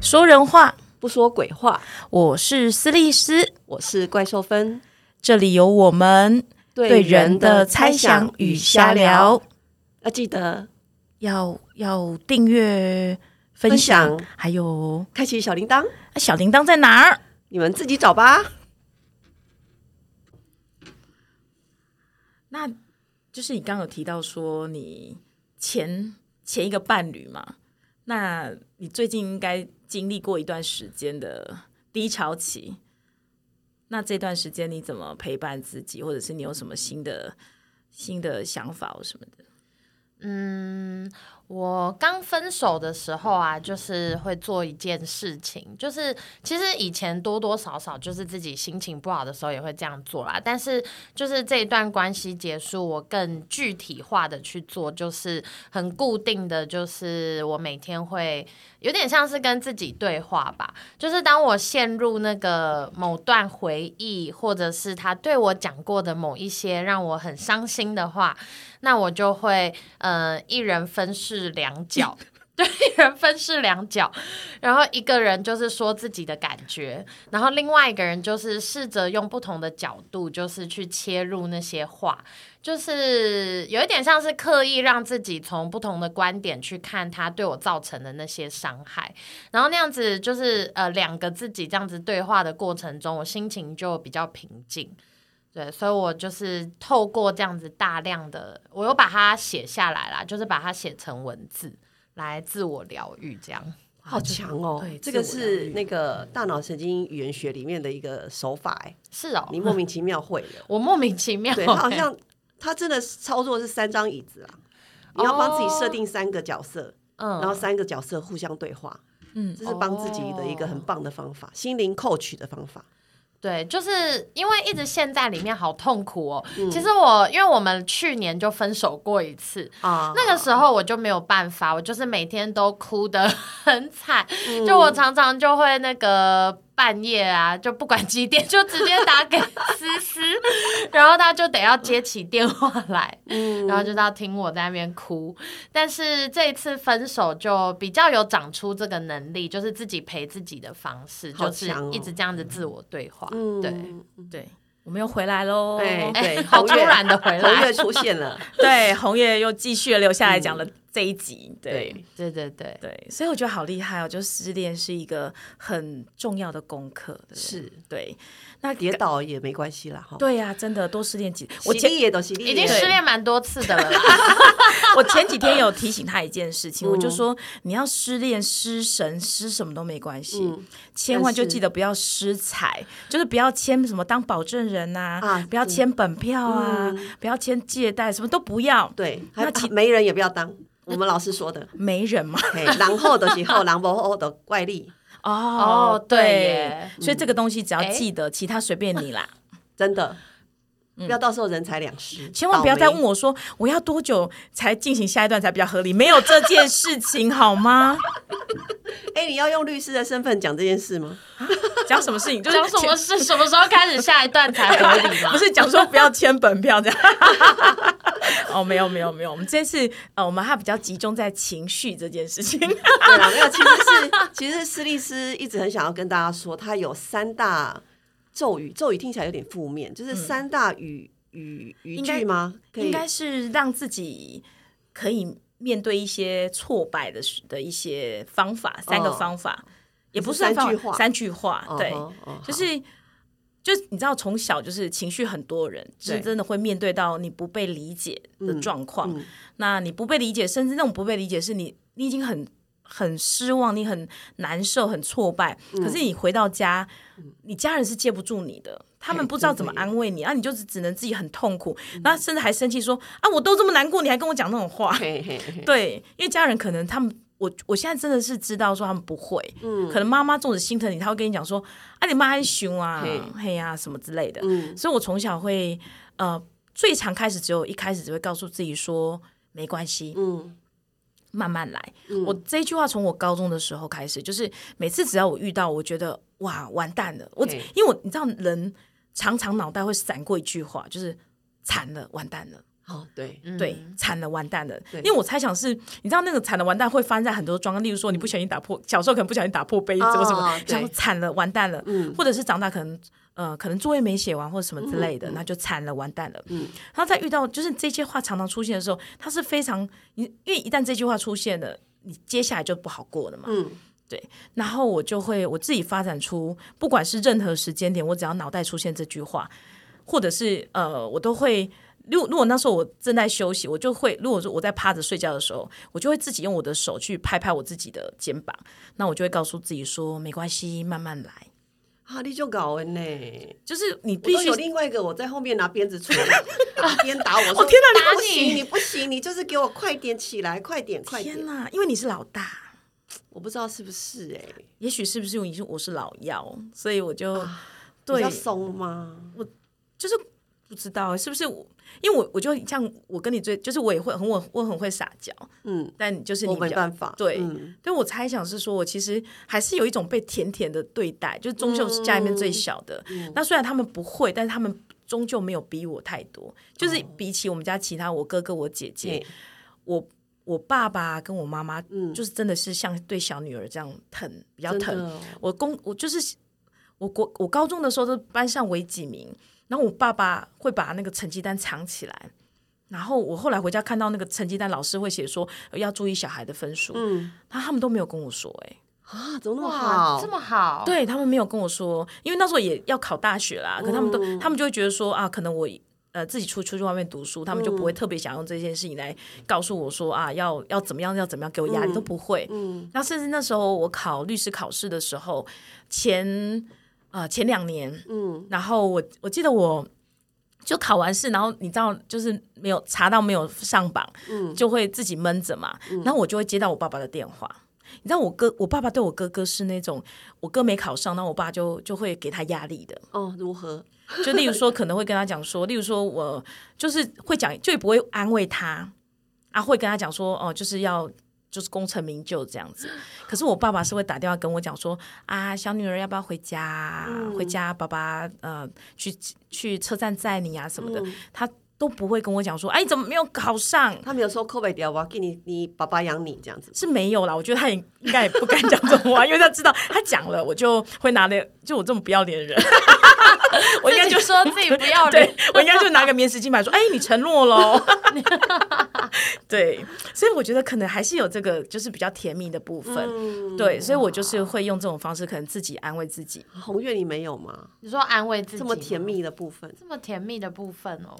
说人话，不说鬼话。我是斯利斯，我是怪兽芬，这里有我们对人的猜想与瞎聊。，要记得要要订阅、分分享，享，还有开启小铃铛，啊小铃铛在哪儿？你们自己找吧。那就是你刚刚有提到说你前前一个伴侣嘛，那你最近应该经历过一段时间的低潮期。那这段时间你怎么陪伴自己，或者是你有什么新的新的想法或什么的？嗯，我刚分手的时候啊，就是会做一件事情，就是其实以前多多少少就是自己心情不好的时候也会这样做啦，但是就是这一段关系结束，我更具体化的去做，就是很固定的，就是我每天会有点像是跟自己对话吧，就是当我陷入那个某段回忆，或者是他对我讲过的某一些让我很伤心的话，那我就会呃一人分饰两角。 对，一人分饰两角，然后一个人就是说自己的感觉，然后另外一个人就是试着用不同的角度，就是去切入那些话，就是有一点像是刻意让自己从不同的观点去看他对我造成的那些伤害，然后那样子就是呃两个自己这样子对话的过程中，我心情就比较平静。对，所以我就是透过这样子大量的，我又把它写下来啦，就是把它写成文字来自我疗愈，这样。好强哦对！这个自我疗是愈那个大脑神经语言学里面的一个手法，哎，是哦，你莫名其妙会 了。我莫名其妙、欸对哦他好哎像他真的操作是三张椅子啊，哦你要帮自己设定三个角色，嗯，然后三个角色互相对话，嗯哦这是帮自己的一个很棒的方法，心灵 coach 的方法。对，就是因为一直陷在里面，好痛苦哦。嗯其实我因为我们去年就分手过一次，啊那个时候我就没有办法，我就是每天都哭得 很惨，就嗯我常常就会那个半夜啊，就不管几点，就直接打给思思， 然后他就得要接起电话来，嗯然后就到听我在那边哭。但是这一次分手就比较有长出这个能力，就是自己陪自己的方式，好就是强哦一直这样子自我对话，嗯对。对，我们又回来喽。对哎，对好红突月然的回红来月，出现了，对，红叶又继续留下来讲了这一集。对嗯对对对对，对，所以我觉得好厉害哦，就失恋是一个很重要的功课。对不对是对，那跌倒也没关系啦哈。对呀、真的多失恋几。我我前洗力也都洗力，已经失恋蛮多次 的了啦。我前几天有提醒他一件事嗯情，我就说你要失恋、失神、失什么都没关系，嗯千万就但是记得不要失财，就是不要签什么当保证人呐、啊嗯不要签本票啊，不要签借贷，什么都不要。对，那还啊其没人也不要当。我们老师说的，没人嘛，嘿，狼后的时候，狼不后的怪力，哦哦对耶所以这个东西只要哎记得，其他随便你 啦。真的，不要到时候人财两失，千万不要再问我。我说我要多久才进行下一段才比较合理，没有这件事情好吗？ 哎，你要用律师的身份讲这件事吗？ 讲什么事情就是 讲什么事？什么时候开始下一段才合理吗？ 不是讲说不要签本票这样。 哦，没有没有没有，我们这次呃，我们还比较集中在情绪这件事情。嗯对啊啦，没有，其实是其实斯利斯一直很想要跟大家说，他有三大咒语，咒语听起来有点负面，就是三大语语语应该句吗？可以应该是让自己可以面对一些挫败的时的一些方法，三哦个方法，也不算方法三句话三句话，对，嗯哦吼哦好就是。就是你知道，从小就是情绪很多人，是对真的会面对到你不被理解的状况。嗯那你不被理解，甚至那种不被理解，是你你已经很很失望，你很难受，很挫败。可嗯是你回到家，你家人是接不住你的，他们哎不知道怎么真的耶安慰你，啊，你就只只能自己很痛苦，嗯那甚至还生气说啊，我都这么难过，你还跟我讲那种话。嘿嘿嘿，对，因为家人可能他们。我我现在真的是知道说他们不会，嗯可能妈妈纵使心疼你，她会跟你讲说啊，你妈很凶啊嘿，嘿呀、什么之类的。嗯所以我从小会呃，最常开始只有一开始只会告诉自己说没关系，嗯慢慢来。我这句话从我高中的时候开始，就是每次只要我遇到，我觉得哇完蛋了，我只嘿因为我你知道人常常脑袋会闪过一句话，就是惨了，完蛋了，哦，对，嗯对，惨了，完蛋了。对因为我猜想是，你知道那个惨了，完蛋会发生在很多状况，例如说你不小心打破，小时候可能不小心打破杯子或什么嗯哦，想说对惨了，完蛋了，嗯或者是长大可能呃可能作业没写完或者什么之类嗯的，那、就惨了，完蛋了。然后再遇到就是这些话常常出现的时候，它是非常你因为一旦这句话出现了，你接下来就不好过了嘛。嗯，然后我就会我自己发展出，不管是任何时间点，我只要脑袋出现这句话，或者是呃，我都会。如果如果那时候我正在休息，我就会如果说我在趴着睡觉的时候，我就会自己用我的手去拍拍我自己的肩膀，那我就会告诉自己说没关系，慢慢来。啊，你就搞恩呢。就是你我必都须哦有另外一个，我在后面拿鞭子捶，拿鞭打 我。哦天哪哪，不你行，打你你 不行，你就是给我快点起来，快点，快天点！哪，因为你是老大，我不知道是不是哎、也许是不是因为你是我是老幺，所以我就、比对较，松吗？就是不知道是不是我，因为我我就像我跟你最，就是我也会很我我很会撒娇，嗯，但就是我你比没较。办法。对嗯对，我猜想是说，我其实还是有一种被甜甜的对待，就是终究是家里面嗯最小的。那虽然他们不会，但是他们终究没有逼我太多。就是比起我们家其他我哥哥、我姐姐，哦对，我我爸爸跟我妈妈，嗯就是真的是像对小女儿这样疼，比较真的疼。哦我公我就是我国我高中的时候都班上为几名，然后我爸爸会把那个成绩单藏起来，然后我后来回家看到那个成绩单，老师会写说呃要注意小孩的分数，嗯他他们都没有跟我说、欸，啊，怎么那么哇，好？这么好，，哦对他们没有跟我说，因为那时候也要考大学啦，可他们都、哦他们就会觉得说啊，可能我。呃，自己出出去外面读书，他们就不会嗯特别想用这件事情来告诉我说啊，要要怎么样，要怎么样，给我压力、都不会。嗯那甚至那时候我考律师考试的时候，前呃前两年，嗯，然后我我记得我就考完试，然后你知道就是没有查到没有上榜，就会自己闷着嘛，然后我就会接到我爸爸的电话。你知道我哥，我爸爸对我哥哥是那种，我哥没考上，那我爸就就会给他压力的。哦，如何？就例如说，可能会跟他讲说，例如说我就是会讲，就也不会安慰他，啊，会跟他讲说，哦、就是要就是功成名就这样子。可是我爸爸是会打电话跟我讲说，啊，小女儿要不要回家？啊回家，爸爸呃，去去车站载你啊什么的，嗯他都不会跟我讲说，哎、你怎么没有考上？他们有说扣北掉，我要给你，你爸爸养你这样子。是没有啦，我觉得他也应该也不敢讲这种话，因为他知道他讲了，我就会拿那就我这么不要脸的人，我应该就就说自己不要脸 对，我应该就拿个免死金牌说：“哎，你承诺喽。” 对，所以我觉得可能还是有这个就是比较甜蜜的部分。嗯，对，所以我就是会用这种方式，可能自己安慰自己。红月你没有吗？你说安慰自己，这么甜，蜜的部分，这么甜蜜的部分哦，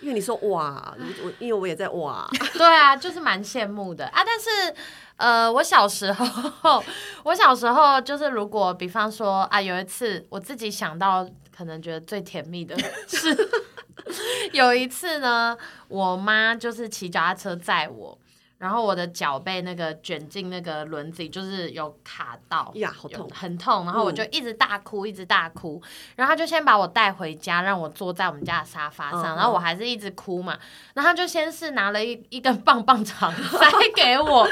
因为你说哇，我我因为我也在哇， 对啊，就是蛮羡慕的啊。但是，呃，我小时候，我小时候就是，如果比方说啊，有一次我自己想到，可能觉得最甜蜜的是， 有一次呢，我妈就是骑脚踏车载我。然后我的脚被那个卷进那个轮子里，就是有卡到，呀好有痛很痛。然后我就一直大哭，一直大哭。然后他就先把我带回家，让我坐在我们家的沙发上。嗯然后我还是一直哭嘛，然后他就先是拿了一一根棒棒糖塞 给我，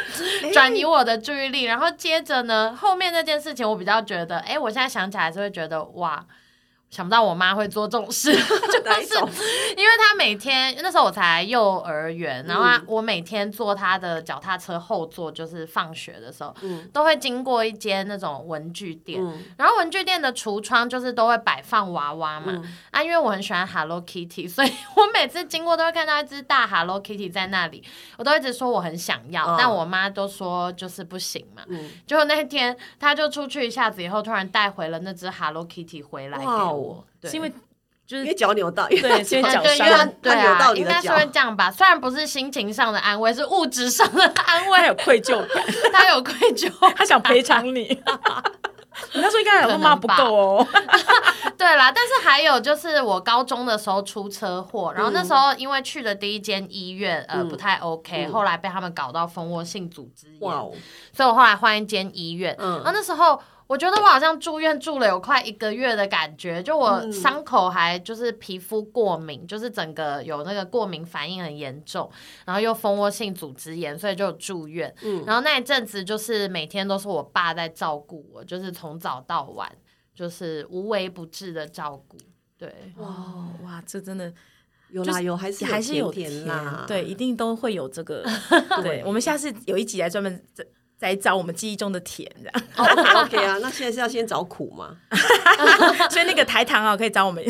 哎转移我的注意力，然后接着呢，后面那件事情我比较觉得，哎，我现在想起来还是会觉得哇。想不到我妈会做这种事， 哪一种？因为她每天那时候我才幼儿园，嗯然后她、我每天坐她的脚踏车后座，就是放学的时候，嗯都会经过一间那种文具店，嗯然后文具店的橱窗就是都会摆放娃娃嘛，嗯啊，因为我很喜欢 Hello Kitty，所以我每次经过都会看到一只大 Hello Kitty 在那里，我都一直说我很想要，嗯但我妈都说就是不行嘛。嗯，结果那天她就出去一下子以后，突然带回了那只 Hello Kitty 回来给哇我哦，对是因为就因是为脚扭到，对是因为啊脚对，因伤为它对扭啊，到你应的该是脚会这样吧。虽然不是心情上的安慰，是物质上的安他慰有，愧疚 感，她有愧疚。他想赔偿你。 你那时候应该想说妈不够哦，对啦，但是还有就是我高中的时候出车祸，然后那时候因为去的第一间医院呃不太 OK，、后来被他们搞到蜂窝性组织炎，嗯哇哦，所以我后来换一间医院，嗯然后那时候。我觉得我好像住院住了有快一个月的感觉，就我伤口还就是皮肤过敏，就是整个有那个过敏反应很严重，然后又蜂窝性组织炎，所以就住院。然后那一阵子就是每天都是我爸在照顾我，就是从早到晚，就是无微不至的照顾。对， 哇哇，这真的有就啦有，还是还是有甜甜啦，对，一定都会有这个。 对，我们下次有一集来专门再再找我们记忆中的甜，这样。哦，OK 啊，那现在是要先找苦吗？所以那个台糖啊，可以找我们。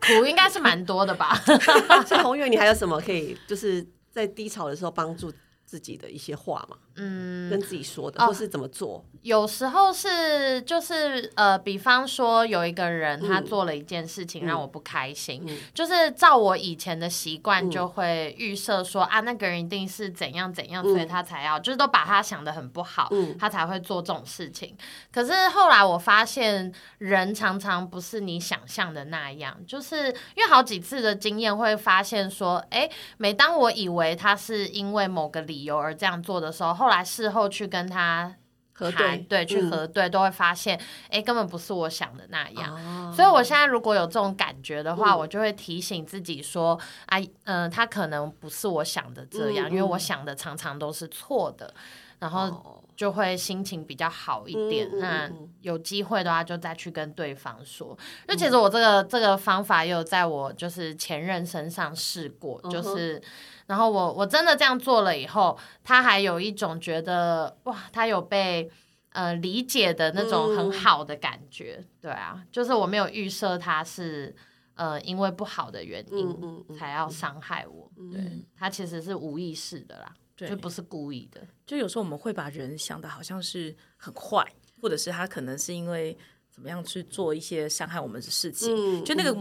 苦应该是蛮多的吧？ 所以红月，你还有什么可以就是在低潮的时候帮助自己的一些话嘛？嗯，跟自己说的，或是怎么做？有时候是就是呃，比方说有一个人他做了一件事情让我不开心，就是照我以前的习惯就会预设说、啊，那个人一定是怎样怎样，所以他才要就是都把他想的很不好，他才会做这种事情。可是后来我发现，人常常不是你想象的那样，就是因为好几次的经验会发现说，哎、每当我以为他是因为某个理由而这样做的时候，后来事后去跟他核谈，对对，去嗯核对，都会发现，哎、根本不是我想的那样。啊，所以，我现在如果有这种感觉的嗯话，我就会提醒自己说：“哎、嗯、他可能不是我想的这样，嗯因为嗯我想的常常都是错的。”然后哦就会心情比较好一点。嗯嗯嗯那嗯有机会的话，就再去跟对方说。就其实我这个这个方法也有在我就是前任身上试过，嗯哼就是。然后我我真的这样做了以后，他还有一种觉得哇，他有被呃理解的那种很嗯好的感觉，对啊，就是我没有预设他是呃因为不好的原因嗯嗯嗯才要伤害我，对他其实是无意识的啦，对就不是故意的，就有时候我们会把人想的好像是很坏，或者是他可能是因为怎么样去做一些伤害我们的事情，嗯就那个。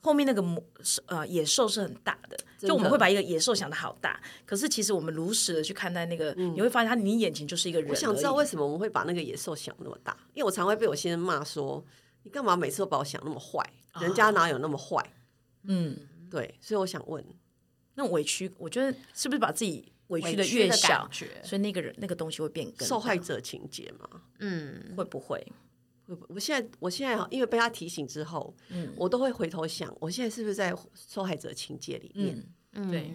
后面那个魔是呃野兽是很大的，就我们会把一个野兽想的好大，可是其实我们如实的去看待那个，你会发现他你眼前就是一个人而已。嗯我想知道为什么我们会把那个野兽想那么大，因为我常会被我先生骂说，你干嘛每次都把我想那么坏？人家哪有那么坏？嗯，对，所以我想问，那委屈，我觉得是不是把自己委屈哎委的屈越的小感，觉所以那个人那个东西会变更大受害者情节嘛？嗯，会不会？会不我现在，我现在因为被他提醒之后，嗯我都会回头想，我现在是不是在受害者情节里面？嗯，对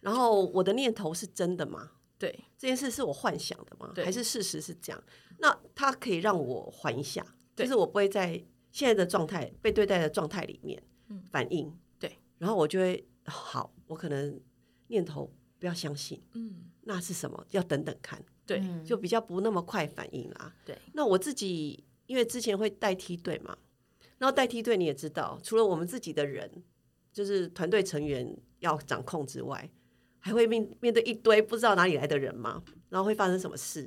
然后我的念头是真的吗？对，这件事是我幻想的吗？对还是事实是这样？那它可以让我缓一下，对就是我不会在现在的状态被对待的状态里面反应。嗯对，然后我就会好，我可能念头不要相信，嗯，那是什么？要等等看，对，嗯就比较不那么快反应啦。对，那我自己因为之前会带梯队嘛，然后带梯队你也知道，除了我们自己的人，就是团队成员要掌控之外，还会面面对一堆不知道哪里来的人嘛，然后会发生什么事？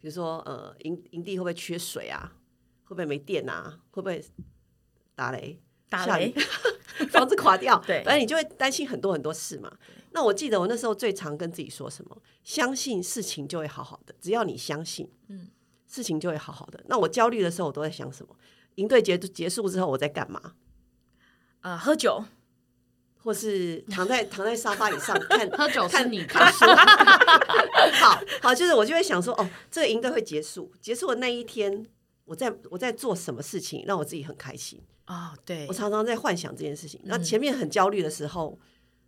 比如说呃，营营地会不会缺水啊？会不会没电啊？会不会打雷？打下雷雨， 房子垮掉，对反正你就会担心很多很多事嘛。那我记得我那时候最常跟自己说什么？相信事情就会好好的，只要你相信，嗯嗯，事情就会好好的。那我焦虑的时候，我都在想什么？营队结结束之后，我在干嘛？啊、喝酒，或是 躺在躺在沙发椅上看喝酒是看 你的看书。好好，就是我就会想说，哦，这个营队会结束，结束的那一天，我在我在做什么事情让我自己很开心？哦，对嗯我，常常在幻想这件事情。那前面很焦虑的时候，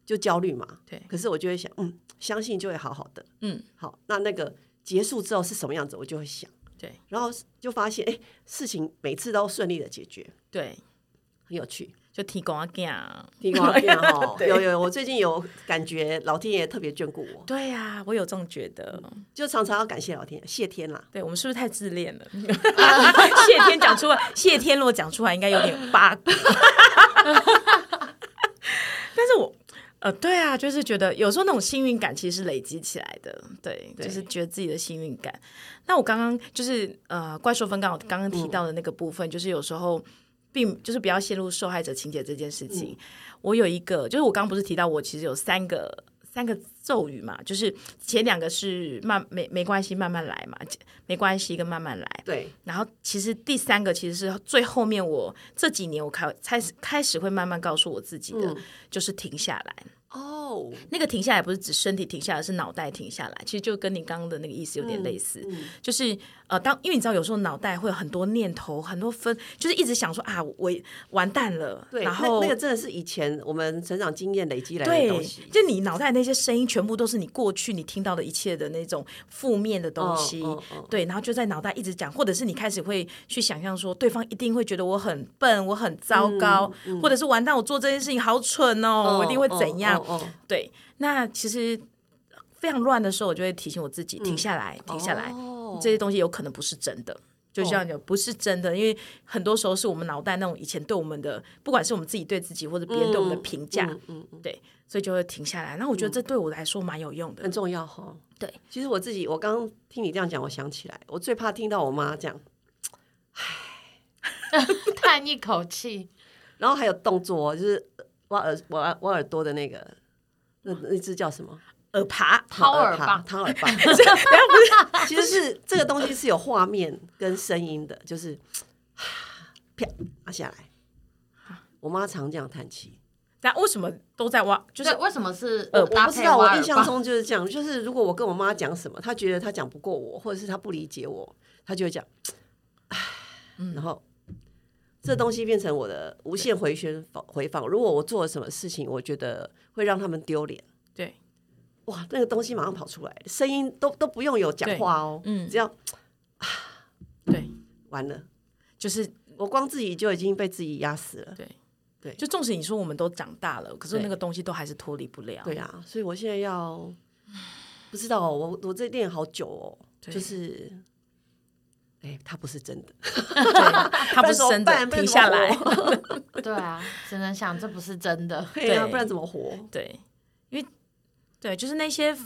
就焦虑嘛。对可是我就会想，嗯，相信就会好好的。嗯，好，那那个结束之后是什么样子，我就会想。对，然后就发现，哎、事情每次都顺利的解决，对，很有 趣。就提供啊干，，听过变 哈对啊有有，我最近有感觉老天爷特别眷顾我，对呀、我有这种觉得。就常常要感谢老天爷，谢天啦。对我们是不是太自恋了？啊谢天讲出来， 谢天如果讲出来，应该有点八卦。但是我呃，对啊，就是觉得有时候那种幸运感其实是累积起来的，对，对就是觉得自己的幸运感。那我刚刚就是呃，怪兽分刚我刚刚提到的那个部分，就是有时候。并就是不要陷入受害者情节这件事情。我有一个，就是我刚刚不是提到我其实有三个三个咒语嘛，就是前两个是慢没没关系，慢慢来嘛，没关系跟慢慢来。对，然后其实第三个其实是最后面我这几年我开开始开始会慢慢告诉我自己的，嗯就是停下来。哦，哦，那个停下来不是指身体停下来，是脑袋停下来，其实就跟你刚刚的那个意思有点类似，嗯就是呃，当因为你知道有时候脑袋会有很多念头，很多分，就是一直想说啊，我完蛋了，对，然后那那个真的是以前我们成长经验累积来的东对西，，就你脑袋那些声音，全部都是你过去你听到的一切的那种负面的东西，嗯嗯嗯对，然后就在脑袋一直讲，或者是你开始会去想象说，对方一定会觉得我很笨，我很糟糕，嗯或者是完蛋，我做这件事情好蠢哦，我一定会怎样？哦哦哦对，那其实非常乱的时候，我就会提醒我自己停下来，停下来，嗯哦这些东西有可能不是真的。就像讲，不是真的，因为很多时候是我们脑袋那种以前对我们的，不管是我们自己对自己或者别人对我们的评价，嗯嗯嗯，对，所以就会停下来。那我觉得这对我来说蛮有用的很。重要哈。对，其实我自己，我刚刚听你这样讲，我想起来，我最怕听到我妈这样，叹一口气， 然后还有动作哦，就是挖耳挖呃挖耳朵的那个，那那只叫什么？耳耙，掏耳耙棒掏耳棒。不 是，其实是这个东西是有画面跟声音的，就是 啪拿下来。我妈常这样叹气，那为什么都在挖？就就是是为什么是呃我搭不知配道，挖我耳印象棒中就是这样，就是如果我跟我妈讲什么，她觉得她讲不过我，或者是她不理解我，她就会讲，唉，嗯然后这东西变成我的无限回旋放回放。如果我做了什么事情，我觉得会让他们丢脸，对，哇，那个东西马上跑出来，声音都都不用有讲话哦，嗯，只要对，完了，就是我光自己就已经被自己压死了。对，对就纵使你说我们都长大了，可是对那个东西都还是脱离不了。对啊，所以我现在要不知道哦我我这练好久哦，对就是。哎、它不是真的，对， 它不是真不的，然怎么办停下来。不然怎么活 对啊，只能想这不是真 的。对啊，对不然怎么活？ 对，因为对，就是那些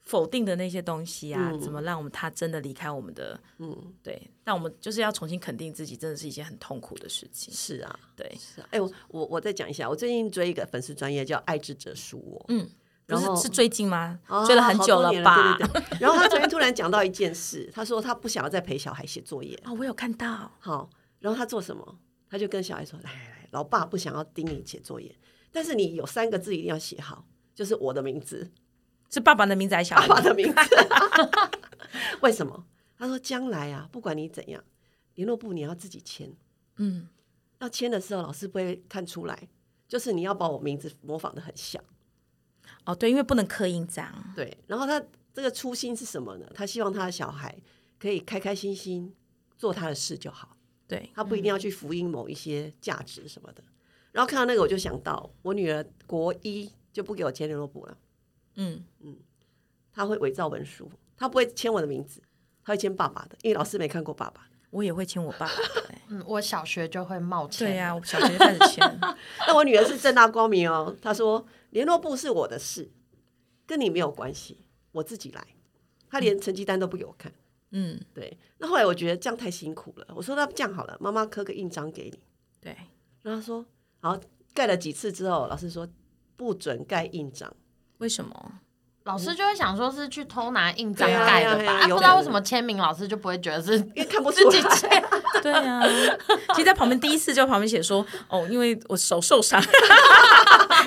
否定的那些东西啊，嗯怎么让我们他真的离开我们的？嗯，对，但我们就是要重新肯定自己，真的是一件很痛苦的事情。是啊，对，是啊。哎、我我我再讲一下，我最近追一个粉丝专业叫“爱之者书”我，嗯，不然后是是最近吗？啊追了很好久多了年了吧？对对对。 然后他昨天突然讲到一件事，他说他不想要再陪小孩写作业，啊、我有看到， 好，然后他做什么？他就跟小孩说：“来来来，老爸不想要盯你写作业，但是你有三个字一定要写好，就是我的名 字，是爸爸的名字还是小爸孩？爸的名字。 为什么？他说将来啊，不管你怎样，联络部你要自己签。嗯，要签的时候，老师不会看出来，就是你要把我名字模仿的很像。哦，对，因为不能刻印章，对，然后他这个初心是什么呢？他希望他的小孩可以开开心心做他的事就好。对，他不一定要去福音某一些价值什么的。然后看到那个，我就想到我女儿国一就不给我签联络簿了，嗯，她会伪造文书，她不会签我的名字，她会签爸爸的，因为老师没看过爸爸。我也会签我爸爸的、啊欸嗯，我小学就会冒签。对呀、啊我小学就开始 签，但我女儿是正大光明哦，她说联络簿是我的事，跟你没有关系，我自己来。她连成绩单都不给我看。嗯，对，那后来我觉得这样太辛苦了，我说那这样好了，妈妈刻个印章给你。对，然后她说，好，盖了几次之后，老师说不准盖印章。为什么？老师就会想说是去偷拿印章对啊盖的对吧？啊啊，有不知道可为什么签名老师就不会觉得 是因为看不自出己来。签。对呀、其实，在旁边第一次就旁边写说，哦，因为我手受 伤，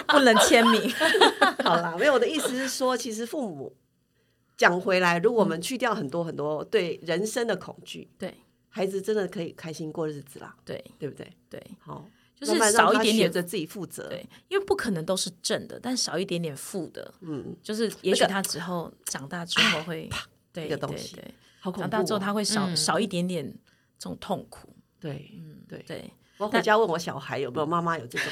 不能签名。好啦，没有我的意思是说，其实父母讲回来，如果我们去掉很多很多对人生的恐惧，对孩子真的可以开心过日子啦，对对不对？对，好，就是慢慢让少一他点学点着自己负责。对，因为不可能都是正的，但少一点点负的，嗯，就是也许那个他之后长大之后会，对对那个东西对，好恐怖哦、长大之后他会少、嗯少一点点这种痛苦。对，嗯对，对，我回家问我小孩有没有妈妈有 这种，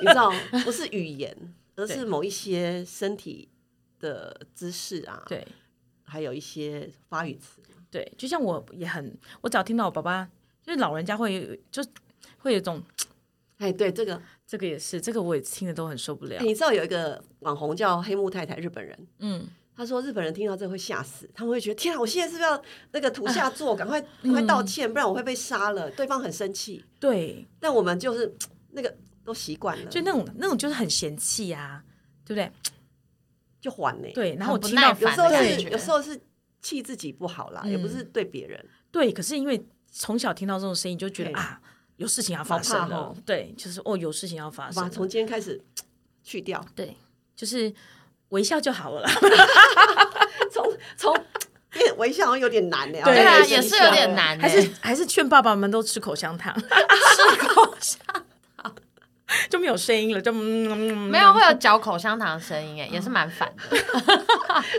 你知道，不是语言，而是对某一些身体的姿势啊，对还有一些发语词。对，就像我也很，我只要听到我爸爸，就是老人家会有就会有一种，哎，对这个，这个也是，这个我也听的都很受不了哎。你知道有一个网红叫黑木太太，日本人，嗯，他说日本人听到这会吓死，他们会觉得天啊，我现在是不是要那个图下做，赶快赶快道歉，不然我会被杀了。对方很生气，对，但我们就是嘖那个都习惯了，就那种那种就是很嫌弃啊，对不对？就还呢、对，然后我很不听到耐有烦时候的对感是觉有时候是气自己不好啦，也不是对别人。对，可是因为从小听到这种声音，就觉得对啊，有事情要发生好怕了哦。对，就是哦，有事情要发好生吧，了。从今天开始嘖去掉，对就是微笑就好了啦。从从因为微笑好像有点难呢。欸对啊，好像也是微笑有点难、欸，还是还是劝爸爸们都吃口香糖，吃口香， 就没有声音了，就、嗯、没有会有嚼口香糖的声音、欸，哎，也是蛮 烦的。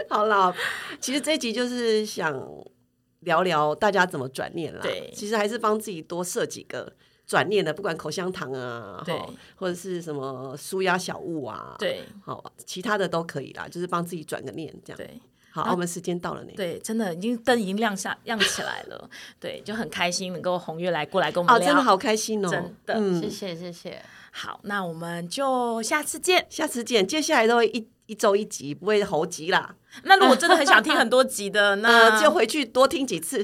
好啦，其实这一集就是想聊聊大家怎么转念啦。对其实还是帮自己多设几个转念的，不管口香糖啊，对齁，或者是什么舒压小物啊，，对好，其他的都可以啦，就是帮自己转个念这样。对好，啊我们时间到了呢。对，真的已经灯已经亮下亮起来了，对，就很开心能够红月来过来跟我啊，们聊。真的好开心哦！真的谢嗯，谢谢谢，好，那我们就下次见。下次见，接下来都会一一周一集，不会猴急啦。那如果真的很想听很多集的，那呃，就回去多听 几次。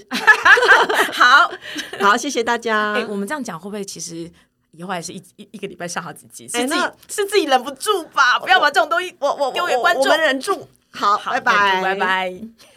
好。好，嗯谢谢大家。哎、我们这样讲会不会其实以后还是一一一个礼拜上好几集？是哎自己、那是自己忍不住吧？不要把这种东西我我丢给观我众们。忍住。好，好那拜就拜，拜。拜。